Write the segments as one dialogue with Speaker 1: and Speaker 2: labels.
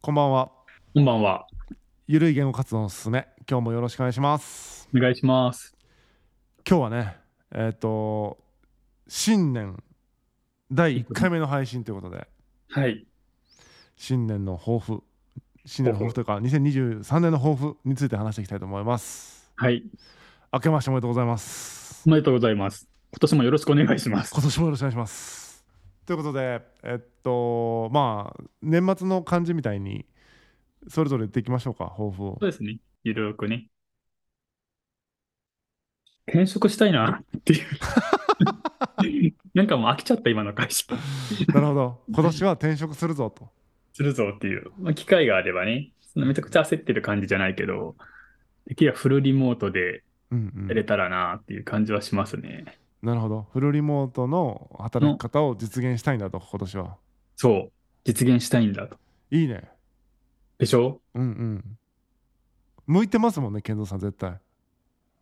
Speaker 1: こんばんは。
Speaker 2: こんばんは。
Speaker 1: ゆるい言語活動のすすめ。今日もよろしくお願いします。
Speaker 2: お願いします。
Speaker 1: 今日はね、えっ、と、新年第1回目の配信ということで、
Speaker 2: はい。
Speaker 1: 新年の抱負、新年の抱負というか、2023年の抱負について話していきたいと思います。
Speaker 2: はい。
Speaker 1: 明けましておめでとうございます
Speaker 2: お。めでとうございます。今年もよろしくお願いします。
Speaker 1: 今年もよろしくお願いします。ということで、えっと、まあ、年末の感じみたいに、それぞれ言っていきましょうか、抱負を
Speaker 2: そ。うですね。ゆるくね。転職したいなって いう。なんかもう飽きちゃった今の会社。
Speaker 1: なるほど。今年は転職するぞと。
Speaker 2: するぞっていう。まあ、機会があればね。そのめちゃくちゃ焦ってる感じじゃないけど、できればフルリモートで
Speaker 1: うんうん
Speaker 2: やれたらなっていう感じはしますね。
Speaker 1: なるほど。フルリモートの働き方を実現したいんだと、今年は。
Speaker 2: そう。実現したいんだと。
Speaker 1: いいね。
Speaker 2: でしょ
Speaker 1: うんうん。向いてますもんね、健三さん、絶対。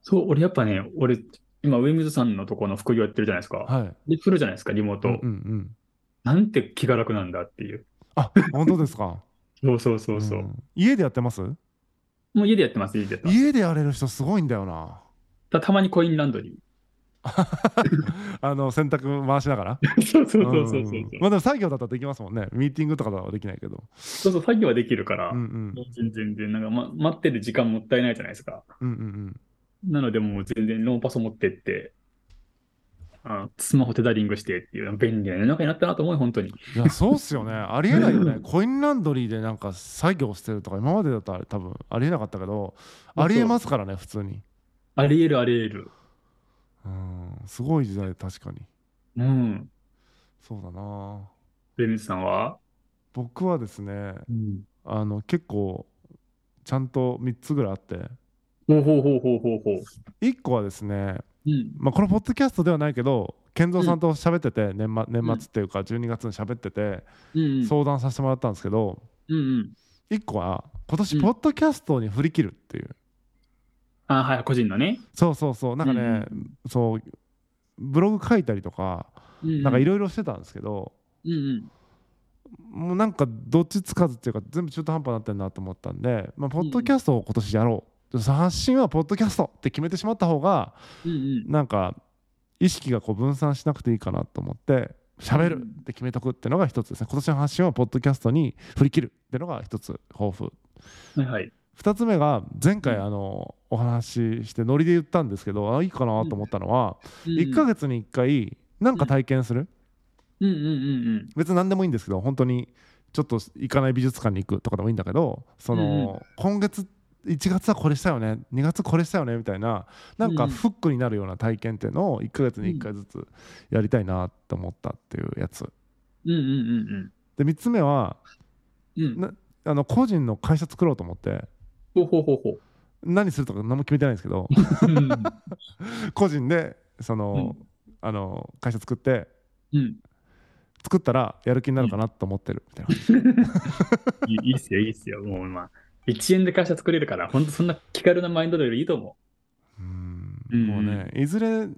Speaker 2: そう、俺やっぱね、俺、今、ウェムズさんのとこの副業やってるじゃないですか。
Speaker 1: はい。
Speaker 2: で、来るじゃないですか、リモート。
Speaker 1: うんうんうん。
Speaker 2: なんて気が楽なんだっていう。
Speaker 1: あ、本当ですか。
Speaker 2: そうそう そうそう。
Speaker 1: ん家でやってます
Speaker 2: もう家でやってます、家でやってます。
Speaker 1: 家でやれる人すごいんだよな。
Speaker 2: たたまにコインランドリ
Speaker 1: あの、洗濯回しながら。
Speaker 2: ー。 そうそうそうそうそう
Speaker 1: うんうんまあでも作業だったらできますもんね。ミーティングとかはできないけど。
Speaker 2: そうそう、作業はできるから、
Speaker 1: うんう
Speaker 2: も
Speaker 1: ん。
Speaker 2: う全然全然、なんか、ま、待ってる時間もったいないじゃないですか。
Speaker 1: うんうんうん。
Speaker 2: なので、もう全然ノーパソ持ってって、あスマホテダリングしてっていう、便利な世の中になったなと思う、本当に。
Speaker 1: いや、そうっす よね。ありえないよね。コインランドリーでなんか作業してるとか、今までだったら多分ありえなかったけど、ありえますからね、普通に。
Speaker 2: ありえるありえる。
Speaker 1: うん、すごい時代確かに
Speaker 2: うん。
Speaker 1: そうだな
Speaker 2: ベネスさんは、
Speaker 1: 僕はですね
Speaker 2: うん、
Speaker 1: あの結構ちゃんと3つぐらいあって
Speaker 2: ほうほうほうほうほうほう。
Speaker 1: 1個はですね、
Speaker 2: うん。
Speaker 1: まあ、このポッドキャストではないけど健三さんと喋ってて、年末年末っていうか12月に喋ってて、
Speaker 2: うん。
Speaker 1: 相談させてもらったんですけど
Speaker 2: うんうん。
Speaker 1: 1個は今
Speaker 2: う
Speaker 1: 年
Speaker 2: ん
Speaker 1: ポッドキャストに振り切るっていう、
Speaker 2: あ、はい、個人のね。
Speaker 1: そうそうそうなんかね、
Speaker 2: う
Speaker 1: そうブログ書いたりとか
Speaker 2: うんうん。
Speaker 1: なんかいろいろしてたんですけど、
Speaker 2: うんうん。
Speaker 1: もうなんかどっちつかずっていうか全部中途半端になってるなと思ったんで、まあ、ポッドキャストを今年やろう、発信はポッドキャストって決めてしまった方が
Speaker 2: うんうん。
Speaker 1: なんか意識がこう分散しなくていいかなと思って喋るって決めとくっていうのが一つですね今年の発信はポッドキャストに振り切るっていうのが一つ抱負
Speaker 2: はいはい。
Speaker 1: 二つ目が前回
Speaker 2: うん
Speaker 1: あのお話ししてノリで言ったんですけどあいいかなと思ったのは1ヶ
Speaker 2: 月。
Speaker 1: 月に1回なんか体験する
Speaker 2: うんうんうん
Speaker 1: 別に何でもいいんですけど本当にちょっと行かない美術館に行くとかでもいいんだけどその、今月1月はこれしたよね2月これしたよねみたいななん
Speaker 2: う
Speaker 1: か
Speaker 2: ん
Speaker 1: フックになるような体験っていうのを1ヶ月に1回ずつやりたいなと思ったっていうやつ
Speaker 2: うん。うんうん
Speaker 1: で3つ目は
Speaker 2: うんうん。うん。
Speaker 1: なあの個人の会社作ろうと思って
Speaker 2: ほうほうほうほう。
Speaker 1: 何するとか何も決めてないんですけど
Speaker 2: うん
Speaker 1: 個人でその、
Speaker 2: う
Speaker 1: あの会社作って
Speaker 2: ん。
Speaker 1: 作ったらやる気になるかなと思ってるみたいな、
Speaker 2: いいいいっすよ、いいっすよ。もう今、1円で会社作れるから、ほんとそんな気軽なマインドでいいと思
Speaker 1: うん
Speaker 2: うん
Speaker 1: もうねいずれ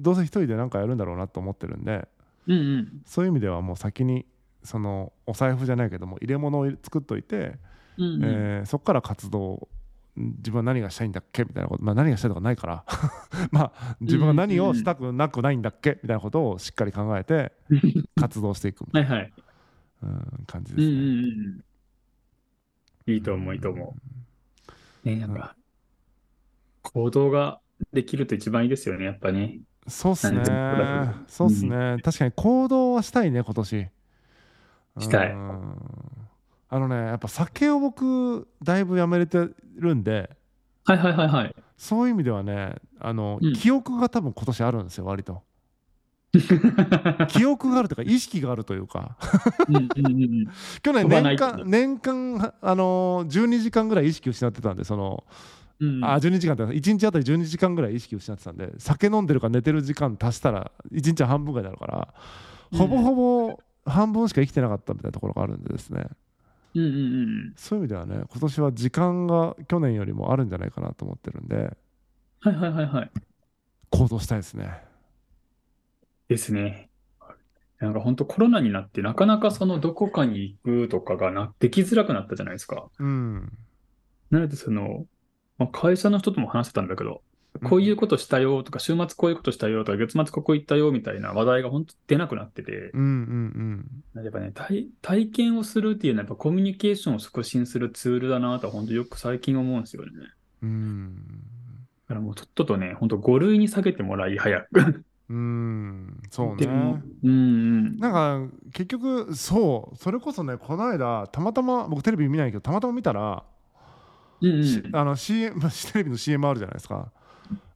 Speaker 1: どうせ一人で何かやるんだろうなと思ってるんで
Speaker 2: う。うんうん。
Speaker 1: そういう意味ではもう先にそのお財布じゃないけども入れ物を作っといて、
Speaker 2: うんうん
Speaker 1: えーそこから活動を自分は何がしたいんだっけみたいなこと、まあ、何がしたいとかないから まあ自分が何をしたくなくないんだっけみたいなことをしっかり考え て活動していくみた
Speaker 2: はいいはい。
Speaker 1: な、うん感じ
Speaker 2: う
Speaker 1: で
Speaker 2: ん
Speaker 1: すね。
Speaker 2: うんうん。いいと思う、いいと思う。ね、なんか、行動ができると一番いいですよね、やっぱね。
Speaker 1: そうっすね
Speaker 2: 何でもそうだけ。
Speaker 1: そうっすね。確かに行動はしたいね、今年。
Speaker 2: したい
Speaker 1: うんあのね、やっぱ酒を僕、だいぶやめれてるんで、
Speaker 2: はいはいはい はい。
Speaker 1: そういう意味ではね、あの、
Speaker 2: うん
Speaker 1: 記憶が多分今年あるんですよ、割と。記憶があるというか、意識があるという か、
Speaker 2: うんうんうん
Speaker 1: 去年
Speaker 2: 飛ばな
Speaker 1: 年
Speaker 2: い
Speaker 1: 間、年間、あの12時間ぐらい意識失ってたんで、その、
Speaker 2: うんうん。
Speaker 1: あ、12時間って、1日あたり12時間ぐらい意識失ってたんで、酒飲んでるか寝てる時間足したら、1日半分ぐらいになるから、ほぼほぼ半分しか生きてなかったみたいなところがあるんでですね
Speaker 2: うんうんうん
Speaker 1: そういう意味ではね今年は時間が去年よりもあるんじゃないかなと思ってるんで
Speaker 2: うん。はいはいはいはい。
Speaker 1: 行動したいですね
Speaker 2: ですね。なんか本当コロナになってなかなかそのどこかに行くとかがな、できづらくなったじゃないですか。
Speaker 1: うん。
Speaker 2: なのでその、まあ、会社の人とも話してたんだけど、こういうことしたよとか、週末こういうことしたよとか、月末ここ行ったよみたいな話題が本当出なくなってて、
Speaker 1: うんうん
Speaker 2: やっぱね、体、体験をするっていうのはやっぱコミュニケーションを促進するツールだなと本当よく最近思うんですよね。
Speaker 1: うん。うん。
Speaker 2: だからもうちょっととね、本当5類に下げてもらい、早く。
Speaker 1: うん。そう
Speaker 2: でも
Speaker 1: ね。
Speaker 2: うんうん。
Speaker 1: なんか結局そうそれこそねこの間たまたま僕テレビ見ないけどたまたま見たら、
Speaker 2: うんうん
Speaker 1: しあの CM まあ テレビの CM あるじゃないですか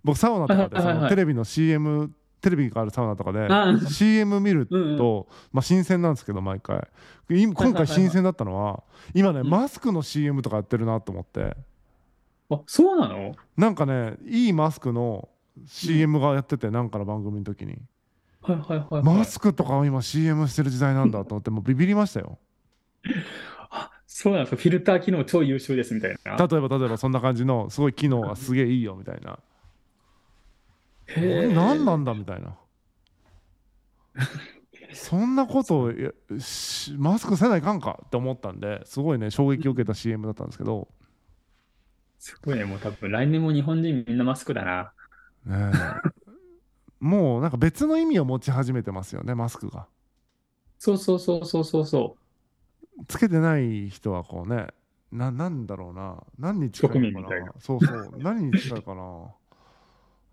Speaker 1: 僕サウナとかで
Speaker 2: はいはい
Speaker 1: そ
Speaker 2: はいは
Speaker 1: の
Speaker 2: い
Speaker 1: テレビの CM テレビがあるサウナとかで
Speaker 2: あ
Speaker 1: CM 見る
Speaker 2: うんうん
Speaker 1: と、まあ、新鮮なんですけど毎回今今回新鮮だったのは今ね
Speaker 2: うん
Speaker 1: マスクの CM とかやってるなと思って
Speaker 2: あ、そうなの
Speaker 1: なんかねいいマスクの CM がやっててなんかの番組の時に
Speaker 2: はいはいはいはい。
Speaker 1: マスクとかを今 CM してる時代なんだと思ってもうビビりましたよ
Speaker 2: あ、そうなんですか。フィルター機能超優秀ですみたいな。
Speaker 1: 例えば例えばそんな感じのすごい機能がすげえいいよみたいな
Speaker 2: へ
Speaker 1: え
Speaker 2: え
Speaker 1: 何なんだみたいなそんなことをやしマスクせないかんかって思ったんですごいね衝撃を受けた CM だったんですけど、
Speaker 2: すごいね。もう多分来年も日本人みんなマスクだな。
Speaker 1: ねえもうなんか別の意味を持ち始めてますよねマスクが
Speaker 2: そうそうそうそうそうそ
Speaker 1: つけてない人はこうねななんだろうな何に近い
Speaker 2: 非
Speaker 1: の
Speaker 2: 国民
Speaker 1: かな
Speaker 2: みたいな
Speaker 1: そうそう何に近いかな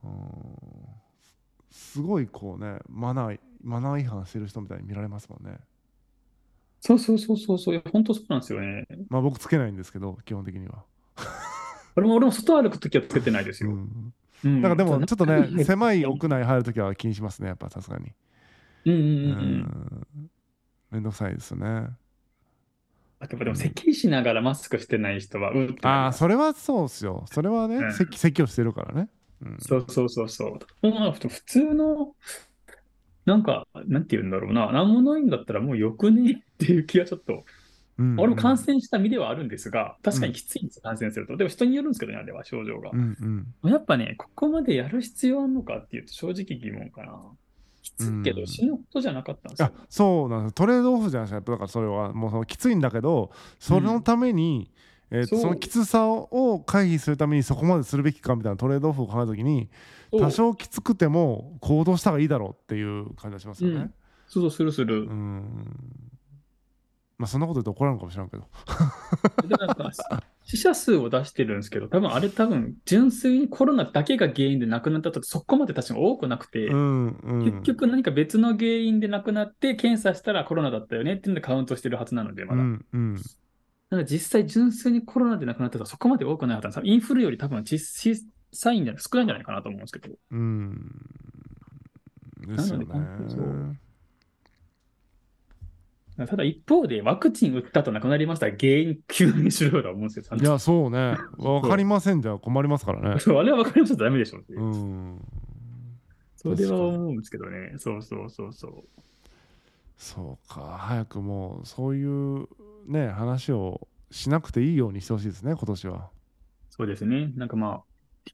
Speaker 1: うんすごいこうねマナーマナー違反してる人みたいに見られますもんね
Speaker 2: う。そうそうそうそうそう。いや、本当そうなんですよね。
Speaker 1: まあ僕つけないんですけど基本的には、
Speaker 2: 俺も、俺も外歩くときはつけてないです
Speaker 1: う
Speaker 2: よ。
Speaker 1: ん、
Speaker 2: うん。
Speaker 1: だからでもちょっと
Speaker 2: う
Speaker 1: ね
Speaker 2: ん
Speaker 1: 狭い屋内入るときは気にしますねやっぱさすがに
Speaker 2: うん
Speaker 1: う
Speaker 2: うんうん。
Speaker 1: んめんどくさいですよね
Speaker 2: あとやっぱでも、咳しながらマスクしてない人は、うーってなり
Speaker 1: ああ
Speaker 2: ます
Speaker 1: それはそうっすよそれは
Speaker 2: う
Speaker 1: ね
Speaker 2: ん
Speaker 1: 咳咳をしてるからねうん
Speaker 2: そうそうそうそう。もうなんか普通の、なんか、なんて言うんだろうな。なんもないんだったらもうよくねっていう気がちょっと。
Speaker 1: うんうん
Speaker 2: 俺も感染した身ではあるんですが、確かにきついんです、感染すると。でも人によるんですけどね、あれは症状が
Speaker 1: う。んうん
Speaker 2: やっぱね、ここまでやる必要あるのかっていうと正直疑問かな。きついけ
Speaker 1: う
Speaker 2: ど
Speaker 1: ん
Speaker 2: 死ぬことじゃなかったんですよ
Speaker 1: あ。そうなんですトレードオフじゃないですかやっぱだからそれはもうそのきついんだけどそれのために、えーと
Speaker 2: そう
Speaker 1: そのきつさを回避するためにそこまでするべきかみたいなトレードオフを考えた時に
Speaker 2: そう
Speaker 1: 多少きつくても行動した方がいいだろうっていう感じがしますよね。
Speaker 2: そうそう、するす
Speaker 1: う
Speaker 2: る
Speaker 1: ん。まあそんなこと言うと怒らんかもしれんけど。
Speaker 2: でなんか 死者数を出してるんですけど、多分あれ多分純粋にコロナだけが原因で亡くなった人ってそこまで確か多くなくて、
Speaker 1: うんうん、
Speaker 2: 結局何か別の原因で亡くなって検査したらコロナだったよねっていうのでカウントしてるはずなので、ま
Speaker 1: う
Speaker 2: だ。
Speaker 1: んうん
Speaker 2: なんか実際純粋にコロナで亡くなった人はそこまで多くないはずなんです。インフルより多分小さいんじゃない、少ないんじゃないかなと思うんですけど。
Speaker 1: うん。ですよね
Speaker 2: なので本当にそう。ただ一方でワクチン打ったと亡くなりましたら原因急にしろよとは思うんですよ。ちゃん
Speaker 1: い
Speaker 2: と
Speaker 1: やそうね分かりませんじゃ困りますからね。
Speaker 2: そうあれは分かりましたらダメでしょっていうう。
Speaker 1: ん。
Speaker 2: それは
Speaker 1: 確かに
Speaker 2: 思うんですけどね。そうそうそうそう。
Speaker 1: そうか早くもうそういうね話をしなくていいようにしてほしいですね今年は。
Speaker 2: そうですね。なんかまあ、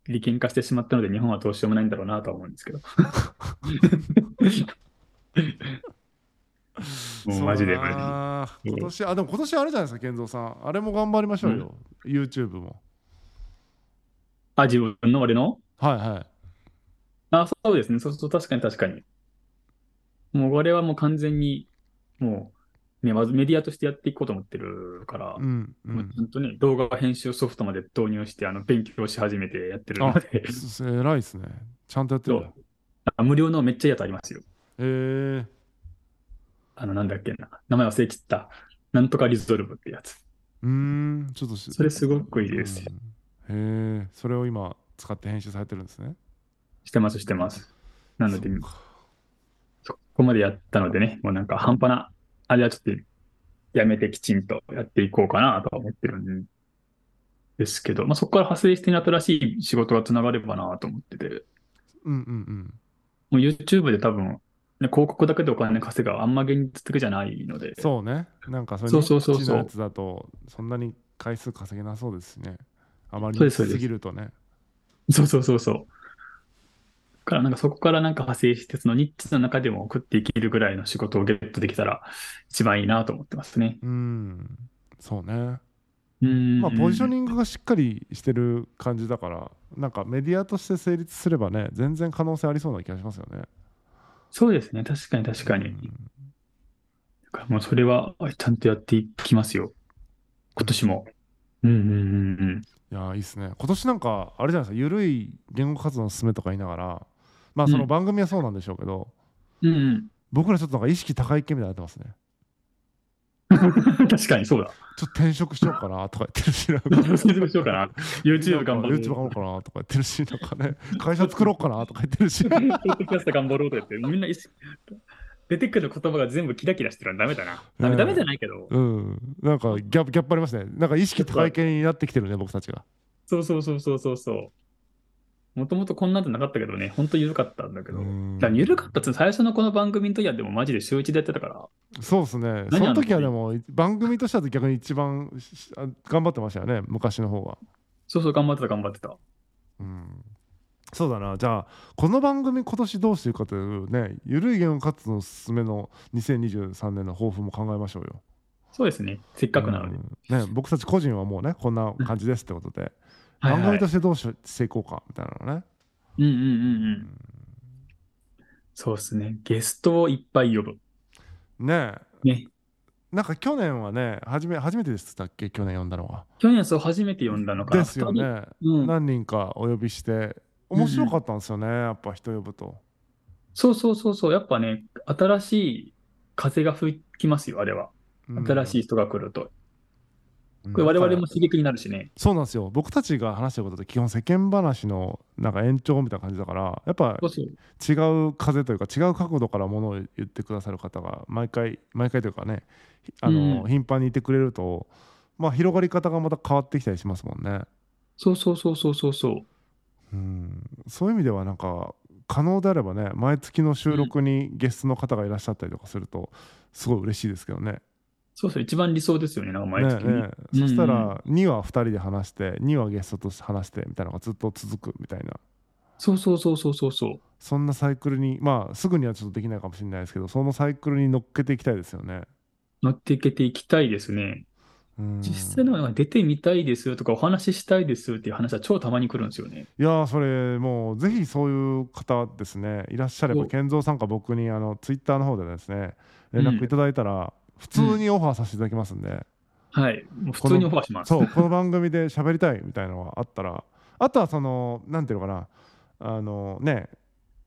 Speaker 2: 利権化してしまったので日本はどうしようもないんだろうなとは思うんですけど。もうマジで
Speaker 1: そうだ
Speaker 2: マ
Speaker 1: な
Speaker 2: ジで
Speaker 1: 今年あでも今年あれじゃないですか健三さんあれも頑張りましょうよ、YouTube も。
Speaker 2: ジで。あ、自分の俺の
Speaker 1: はいはい。
Speaker 2: あ、そうですね。そうそう、確かに確かに。もう我はもう完全に、もう、ね、まずメディアとしてやっていこうと思ってるから、
Speaker 1: うんう
Speaker 2: もうんち。ゃんとね、動画編集ソフトまで導入して、あの、勉強し始めてやってるので、
Speaker 1: す偉いですね。ちゃんとやってるんだ。
Speaker 2: あ無料のめっちゃいいやつありますよ。
Speaker 1: えー、
Speaker 2: あの、なんだっけな。名前忘れちった。なんとかリゾルブってやつ。
Speaker 1: うーん、ちょっとし
Speaker 2: それすごくいいです。
Speaker 1: うんへえ、それを今使って編集されてるんですね。
Speaker 2: してます、してます。なので
Speaker 1: そ、っか
Speaker 2: そこまでやったのでね、もうなんか半端な、あれはちょっとやめてきちんとやっていこうかなとは思ってるんですけど、まあ、そこから派生して新しい仕事がつながればなと思ってて、
Speaker 1: うんうん
Speaker 2: もう YouTube で多分、ね、広告だけでお金稼ぐはあんま現実的じゃないので
Speaker 1: うん。、そうね。なんかそれ
Speaker 2: そうそうそうそう
Speaker 1: ニッチなやつだとそんなに回数稼げなそうですしね。あまり
Speaker 2: そう
Speaker 1: に
Speaker 2: ですそうです
Speaker 1: すぎるとね。
Speaker 2: そうそうそうそう。だから、なんかそこからなんか派生して、そのニッチの中でも食っていけるぐらいの仕事をゲットできたら一番いいなと思ってますね。
Speaker 1: うんそうね
Speaker 2: うん。
Speaker 1: まあポジショ
Speaker 2: ン
Speaker 1: ニングがしっかりしてる感じだからなんかメディアとして成立すればね全然可能性ありそうな気がしますよね
Speaker 2: そうですね。確かに確かに。
Speaker 1: うん
Speaker 2: だからもうそれはちゃんとやっていきますよ。今年も。うんうんうんうん。
Speaker 1: いやーいいっすね今年なんかあれじゃないですか緩い言語活動の進めとか言いながらまあその番組はそうなんでしょうけど、
Speaker 2: うんうん。
Speaker 1: 僕らちょっとなんか意識高い系みたいになってますね
Speaker 2: 確かにそうだ。
Speaker 1: ちょっと転職しようかなとか言ってるしなんか
Speaker 2: YouTube しようかな。YouTube 頑張ろう。
Speaker 1: YouTube 頑張ろうかなとか言ってるしなんかね会社作ろうかなとか言ってる し
Speaker 2: ポッドキャスト頑張ろうとか言って、みんな意識出てくる言葉が全部キラキラしてるのはダメだな。ダ
Speaker 1: う
Speaker 2: メ
Speaker 1: ん
Speaker 2: ダメじゃないけど。
Speaker 1: うんなんかギャップギャップありますねなんか意識高い系になってきてるね僕たちが
Speaker 2: そうそうそうそうそうそう。もともとこんなんじゃなかったけどね、ほんと緩かったんだけど。
Speaker 1: う
Speaker 2: だか
Speaker 1: ん
Speaker 2: ら緩かったって最初のこの番組の時はでもマジで週一でやってたから。
Speaker 1: そうですね。そ
Speaker 2: 何
Speaker 1: の時はでも番組としては逆に一番ししあ頑張ってましたよね、昔の方が。
Speaker 2: そうそう、頑張ってた頑張ってた。
Speaker 1: うん、そうだな、じゃあ、この番組、今年どうしていくかというね、ゆるい言語活動のすすめの2023年の抱負も考えましょうよ。
Speaker 2: そうですね。せっかくなのに。
Speaker 1: うんね、僕たち個人はもうね、こんな感じですってことで、
Speaker 2: はいはい
Speaker 1: 番組としてどうししていこうかみたいなのね。
Speaker 2: うんうんうんうん。そうですね。ゲストをいっぱい呼ぶ。
Speaker 1: ねえ
Speaker 2: ね。
Speaker 1: なんか去年はね、初め初めてですだっけ、去年読んだのは。
Speaker 2: 去年そう初めて呼んだのかな。
Speaker 1: ですよね。
Speaker 2: 二人。うん。
Speaker 1: 何人かお呼びして面白かったんですよね、やっぱ人呼ぶと
Speaker 2: そうそうそうそう。やっぱね、新しい風が吹きますよ、あれは。新し
Speaker 1: い、
Speaker 2: い人が来ると。
Speaker 1: うん
Speaker 2: これ我々
Speaker 1: だ
Speaker 2: も
Speaker 1: から
Speaker 2: 刺激になるしね。
Speaker 1: そうなんですよ僕たちが話してることって基本世間話のなんか延長みたいな感じだからやっぱ
Speaker 2: そうそう。
Speaker 1: 違う風というか違う角度からものを言ってくださる方が毎回毎回というかねひあの、
Speaker 2: うん
Speaker 1: 頻繁にいてくれるとまあ広がり方がまた変わってきたりしますもんね、
Speaker 2: そうそうそうそうそうそう。
Speaker 1: うん、そういう意味ではなんか可能であればね毎月の収録にゲストの方がいらっしゃったりとかするとすごい嬉しいですけどね
Speaker 2: そうそう、一番理想ですよね、なんか毎
Speaker 1: ね
Speaker 2: 月
Speaker 1: え
Speaker 2: ね
Speaker 1: ね。えそした
Speaker 2: うんう
Speaker 1: ら2は2人で話して2はゲストとして話してみたいなのがずっと続くみたいな
Speaker 2: そうそうそうそうそうそう。
Speaker 1: そんなサイクルにまあすぐにはちょっとできないかもしれないですけどそのサイクルに乗っけていきたいですよね。
Speaker 2: 乗っていけていきたいですね。
Speaker 1: うん
Speaker 2: 実際のは出てみたいですとか、お話ししたいですっていう話は超たまに来るんですよね。
Speaker 1: いやーそれもうぜひそういう方ですねいらっしゃれ
Speaker 2: そ
Speaker 1: ば
Speaker 2: う
Speaker 1: 健三さんか僕にあのツイッターの方でですね連絡いただいたら普通にオファーさせていただきますんで、
Speaker 2: はい。もう普
Speaker 1: こ
Speaker 2: 通
Speaker 1: の
Speaker 2: にオファーします。
Speaker 1: そうこの番組で喋りたいみたいなのがあったらあとはそのなんていうのかなあのね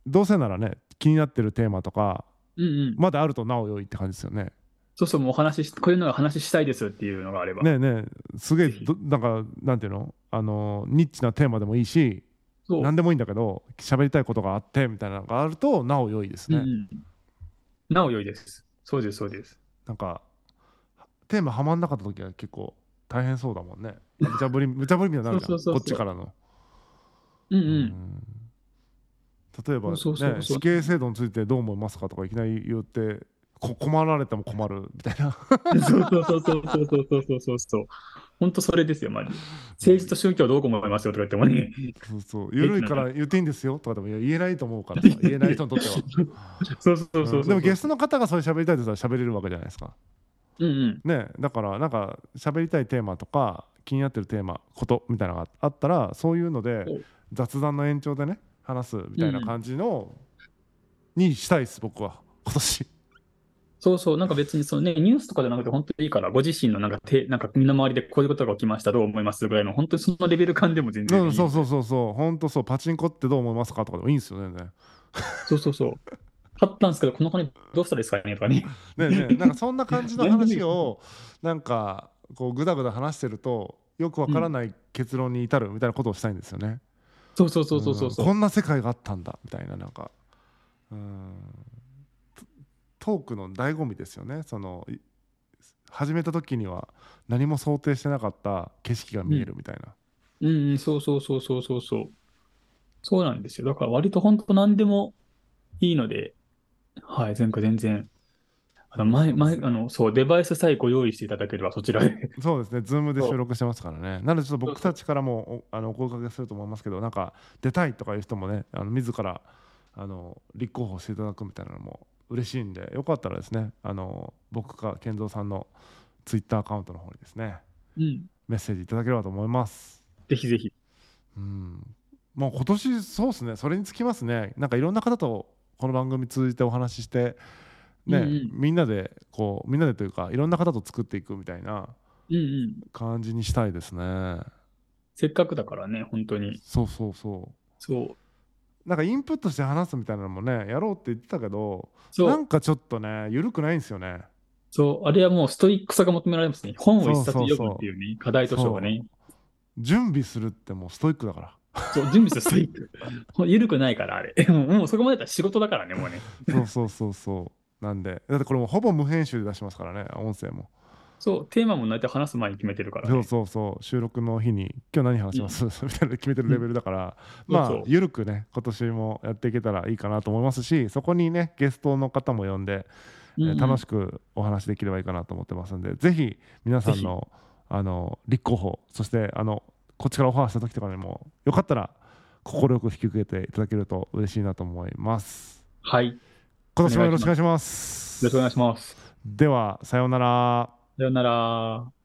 Speaker 1: どうせならね気になってるテーマとか
Speaker 2: うんうん。
Speaker 1: まだあるとなお良いって感じですよね。
Speaker 2: そうそう、もうお話しし、こういうのが話ししたいですっていうのがあれば。
Speaker 1: ねえねえすげえ
Speaker 2: ぜひ
Speaker 1: どなんかなんていうのあのニッチなテーマでもいいし
Speaker 2: そう。
Speaker 1: 何でもいいんだけど喋りたいことがあってみたいなのがあるとなお良いです
Speaker 2: う
Speaker 1: ね。
Speaker 2: んうん。なお良いです。そうです、そうです。
Speaker 1: なんかテーマはまんなかった時は結構大変そうだもんね。無茶ぶり 無茶ぶりみたいになるじゃん
Speaker 2: そうそうそうそう
Speaker 1: こっちからの。
Speaker 2: うんう。
Speaker 1: うんん例えば、ね、
Speaker 2: そうそうそうそう
Speaker 1: 死刑制度についてどう思いますかとかいきなり言ってこ困られても困るみたい な
Speaker 2: そうそうそうそうそうそうそうそうそう。本当それですよ、マジで。政治と宗教どう思いますよとか言ってもね、
Speaker 1: そうそう緩いから言っていいんですよとかでもいや言えないと思うからさ言えない人にとっては
Speaker 2: そうそうそうそう
Speaker 1: うんでもゲストの方がそれ喋りたいとしたら喋れるわけじゃないですか
Speaker 2: うんうん。
Speaker 1: ねだからなんか喋りたいテーマとか気になってるテーマことみたいなのがあったらそういうので
Speaker 2: そう
Speaker 1: 雑談の延長でね話すみたいな感じの、にしたいです僕は今年
Speaker 2: そうそう、なんか別にそのね、ニュースとかじゃなくて本当にいいから、ご自身のなんか手、なんか身の回りでこういうことが起きました、どう思いますぐらいの、本当にそのレベル感でも全然
Speaker 1: う
Speaker 2: い
Speaker 1: ん、
Speaker 2: い
Speaker 1: そうそうそうそう本当そうパチンコってどう思いますかとかでもいいんですよねね
Speaker 2: そうそうそう。買ったんですけど、この金どうしたらいいですかねとかね。
Speaker 1: ねねなんかそんな感じの話をなんかこうグダグダ話してるとよくわからない結論に至るみたいなことをしたいんですよね、
Speaker 2: そうそうそうそうそうそ
Speaker 1: んこ
Speaker 2: う。
Speaker 1: んな世界があったんだみたいななんかうんトトークの醍醐味ですよねそのい始めた時には何も想定してなかった景色が見えるみたいな、
Speaker 2: うんうん、そうそうそうそうそうそう。そうなんですよ。だから割と本当何でもいいので、はい、前回全然。あの前、前、あの、そう、デバイスさえご用意していただければ、そちらで。
Speaker 1: そうですね、ズームで収録してますからね。なので、ちょっと僕たちからもおあのお声かけすると思いますけど、なんか出たいとかいう人もね、あの自らあの立候補していただくみたいなのも嬉しいんでよかったらですねあの僕か健三さんのツイッターアカウントの方にですね
Speaker 2: うん。
Speaker 1: メッセージいただければと思います。
Speaker 2: ぜひぜひ。
Speaker 1: うん、もう今年そうですねそれにつきますねなんかいろんな方とこの番組通じてお話しして、ね
Speaker 2: うんうん
Speaker 1: みんなでこうみんなでというかいろんな方と作っていくみたいな
Speaker 2: うんうん。
Speaker 1: 感じにしたいですね。
Speaker 2: せっかくだからね、本当に。
Speaker 1: そうそうそう
Speaker 2: そう。
Speaker 1: なんかインプットして話すみたいなのもねやろうって言ってたけど
Speaker 2: そ
Speaker 1: な
Speaker 2: う。
Speaker 1: んかちょっとね緩くないんですよね
Speaker 2: そう。あれはもうストイックさが求められますね。本を一
Speaker 1: そ
Speaker 2: 冊
Speaker 1: うそう
Speaker 2: 読
Speaker 1: そう
Speaker 2: むっていうね、課題図書がね。
Speaker 1: 準備するってもうストイックだから
Speaker 2: そう、準備するストイック。 ほん緩くないから、あれ。もうもうそこまでだったら仕事だからね、もうね。
Speaker 1: そうそうそうそうなんでだってこれもうほぼ無編集で出しますからね音声も、
Speaker 2: そう、テーマも大体話す前に決めてるから
Speaker 1: そう
Speaker 2: ね。
Speaker 1: そうそう収録の日に今日何話します、 みたいなの決めてるレベルだから、まあ
Speaker 2: そうそう
Speaker 1: 緩くね今年もやっていけたらいいかなと思いますしそこにねゲストの方も呼んで、えー楽しくお話できればいいかなと思ってますんでぜひ皆さんのあの立候補そしてあのこっちからオファーした時とかにもよかったら快く引き受けていただけると嬉しいなと思います
Speaker 2: はい。よ
Speaker 1: 今年もよろしくお願いします
Speaker 2: ろしくお願いします。
Speaker 1: ではさようなら
Speaker 2: さよなら。